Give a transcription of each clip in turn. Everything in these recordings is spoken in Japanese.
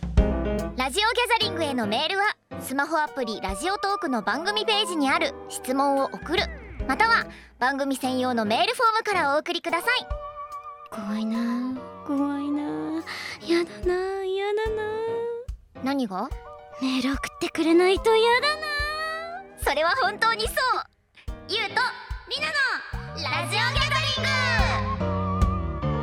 ラジオギャザリングへのメールはスマホアプリ「ラジオトーク」の番組ページにある「質問を送る」または番組専用のメールフォームからお送りください怖いなあ怖いなあやだなあやだなあ何がメール送ってくれないとやだなあそれは本当にそうゆうとりなのラジオギャザリング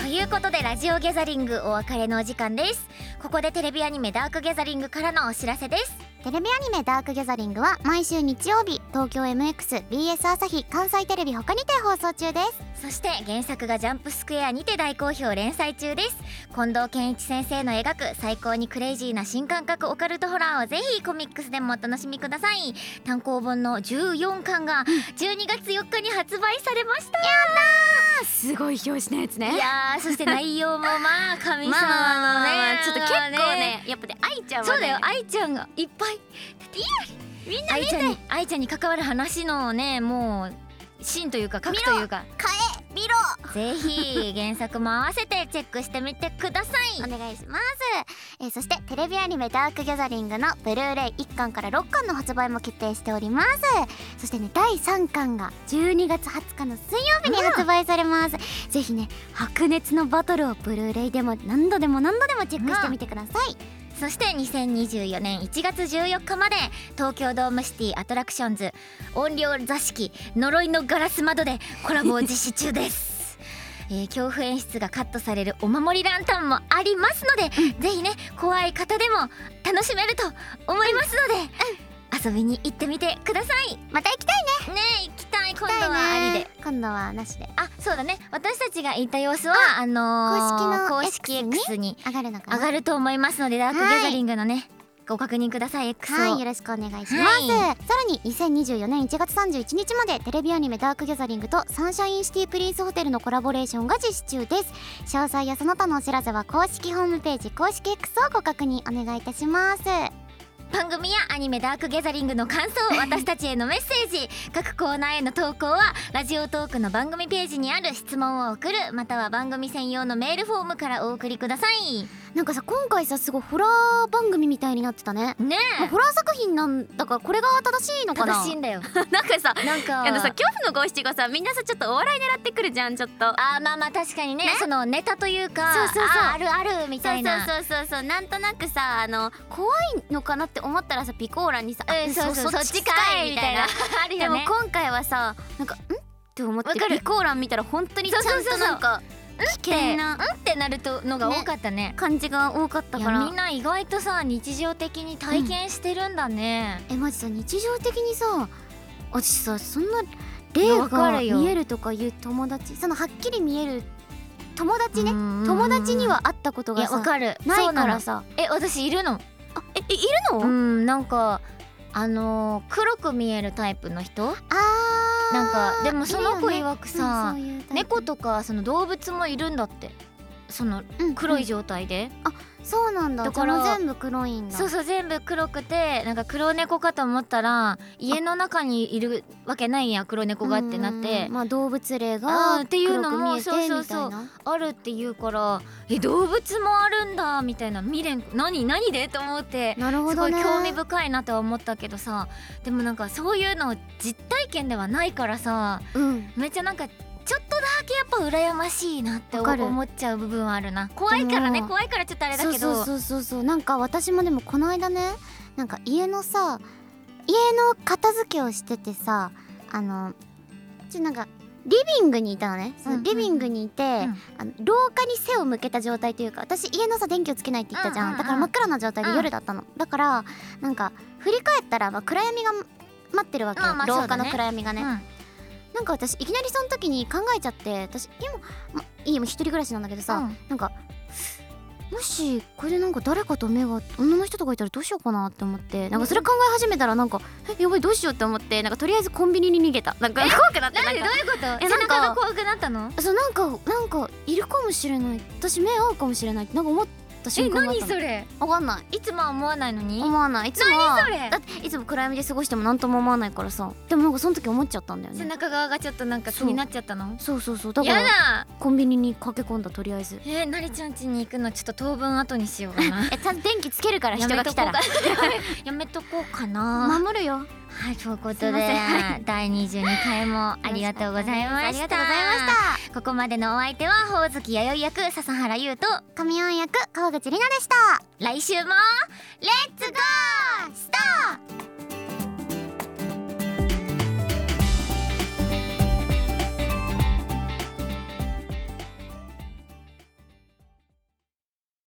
ということでラジオギャザリングお別れのお時間ですここでテレビアニメダークギャザリングからのお知らせですテレビアニメ「ダークギャザリング」は毎週日曜日東京 MXBS 朝日関西テレビ他にて放送中ですそして原作がジャンプスクエアにて大好評連載中です近藤健一先生の描く最高にクレイジーな新感覚オカルトホラーをぜひコミックスでもお楽しみください単行本の14巻が12月4日に発売されましたすごい表紙のやつねいやーそして内容もまあ 神様のね、まあまあまあまあまあちょっと結構ねやっぱね愛ちゃんはねそうだよ愛ちゃんがいっぱいだっていいみんな見て愛ちゃんに愛ちゃんに関わる話のねもう芯というか核というか変え見ろぜひ原作も合わせてチェックしてみてくださいお願いします、えーそしてテレビアニメ「ダークギャザリング」のブルーレイ1巻から6巻の発売も決定しておりますそしてね第3巻が12月20日の水曜日に発売されます、ぜひね白熱のバトルをブルーレイでも何度でも何度でもチェックしてみてください、そして2024年1月14日まで東京ドームシティアトラクションズ音量座敷呪いのガラス窓でコラボを実施中です、えー恐怖演出がカットされるお守りランタンもありますので、ぜひね怖い方でも楽しめると思いますので、遊びに行ってみてくださいねまた行きたいねえ行きたい今度はありで今度はなしであそうだね私たちが行った様子はあのー、公公式式の X に上がるのかな上がると思いますのでダークギはいャザリングのねご確認ください X を、はい、よろしくお願いします、はいさらに2024年1月31日までテレビアニメ「ダークギャザリング」と「サンシャインシティプリンスホテル」のコラボレーションが実施中です詳細やその他のお知らせは公式ホームページ公式 X をご確認お願いいたします番組やアニメダークギャザリングの感想 私たちへのメッセージ各コーナーへの投稿はラジオトークの番組ページにある質問を送るまたは番組専用のメールフォームからお送りくださいなんかさ今回さすごいホラー番組みたいになってたねねまあホラー作品なんだからこれが正しいのえかな正しいんだよなんかさなんか あのさ恐怖の五七五さみんなさちょっとお笑い狙ってくるじゃんちょっとあーまあまあ確かにねそのネタというかそうそうそうあーあるあるみたいなそうそうそうそうそうなんとなくさあの怖いのかなって思ったらさピコーラにさうんそうそうそっちかいみたいな あるでよもね今回はさなんかんって思ってわかるピコーラ見たら本当にちゃんそうそうそとうそうなんか危険なうんってなるとのが多かったね感じが多かったかいやらみんな意外とさ日常的に体験してるんだね、えマジさ日常的にさ私さそんないや霊わかがるよ見えるとかいう友達そのはっきり見える友達ねうん友達には会ったこいとがやさわかるなそいうなかのらさえ私いるのあええいるの、うんなんかあのー黒く見えるタイプの人あーなんかでもその子いるよね曰くさ、うんそういうタイプ猫とかその動物もいるんだってそのうん黒いうん状態で、そうなんだだだかからら全部黒いんだそうそう全部黒くてなんか黒猫かと思ったら家の中にいるわけないやん黒猫がってなってうんまあ動物霊あがーっ黒ていうのもく見えてそうそうみそたういなあるって言うからえ動物もあるんだみたいな未練何何でと思ってなるほすごどいね興味深いなとは思ったけどさでもなんかそういうの実体験ではないからさうんめっちゃなんかちょっとだけやっぱ羨ましいなってわかる思っちゃう部分はあるな怖いからでねも怖いからちょっとあれだけそどうそうそうそうそうなんか私もでもこの間ねなんか家のさ家の片付けをしててさあのちょなんかリビングにいたのねそうんうんのうんリビングにいて、んあの廊下に背を向けた状態というか私家のさ電気をつけないって言ったじゃん,、うんうんうんだから真っ暗な状態で夜だったの、だからなんか振り返ったら、まあ、暗闇が待ってるわけよ、まあまあ廊そうだね下の暗闇がね、なんか私いきなりその時に考えちゃって私今、ま、いいよ一人暮らしなんだけどさ、うんなんかもしこれでなんか誰かと目が女の人とかいたらどうしようかなって思ってなんかそれ考え始めたらなんか「えやばいどうしよう」って思ってなんかとりあえずコンビニに逃げたなんか怖くなってなんでどういうこと背えなんか中が怖くなったのそうなんかなんかいるかもしれない私目合うかもしれないってなんか思ったえ瞬間があっ何たそれのわかんないいつもは思わないのに思わないいつも何それだっていつも暗闇で過ごしても何とも思わないからさでもなんかその時思っちゃったんだよ背ね中側がちょっとなんか気になっちゃったのそうそうそうだかやらだコンビニに駆け込んだとりあえずえー、なりちゃん家に行くのちょっと当分後にしようか なえちゃんと電気つけるからや人めがと来こたうからやめとこうかな守るよはい、ということすでいませんは、第22回もありがとうございました。 ありがとうございましたた。ここまでのお相手は、ほおずき弥生役、笹原優と、神音役川口里奈でした来週も、レッツゴー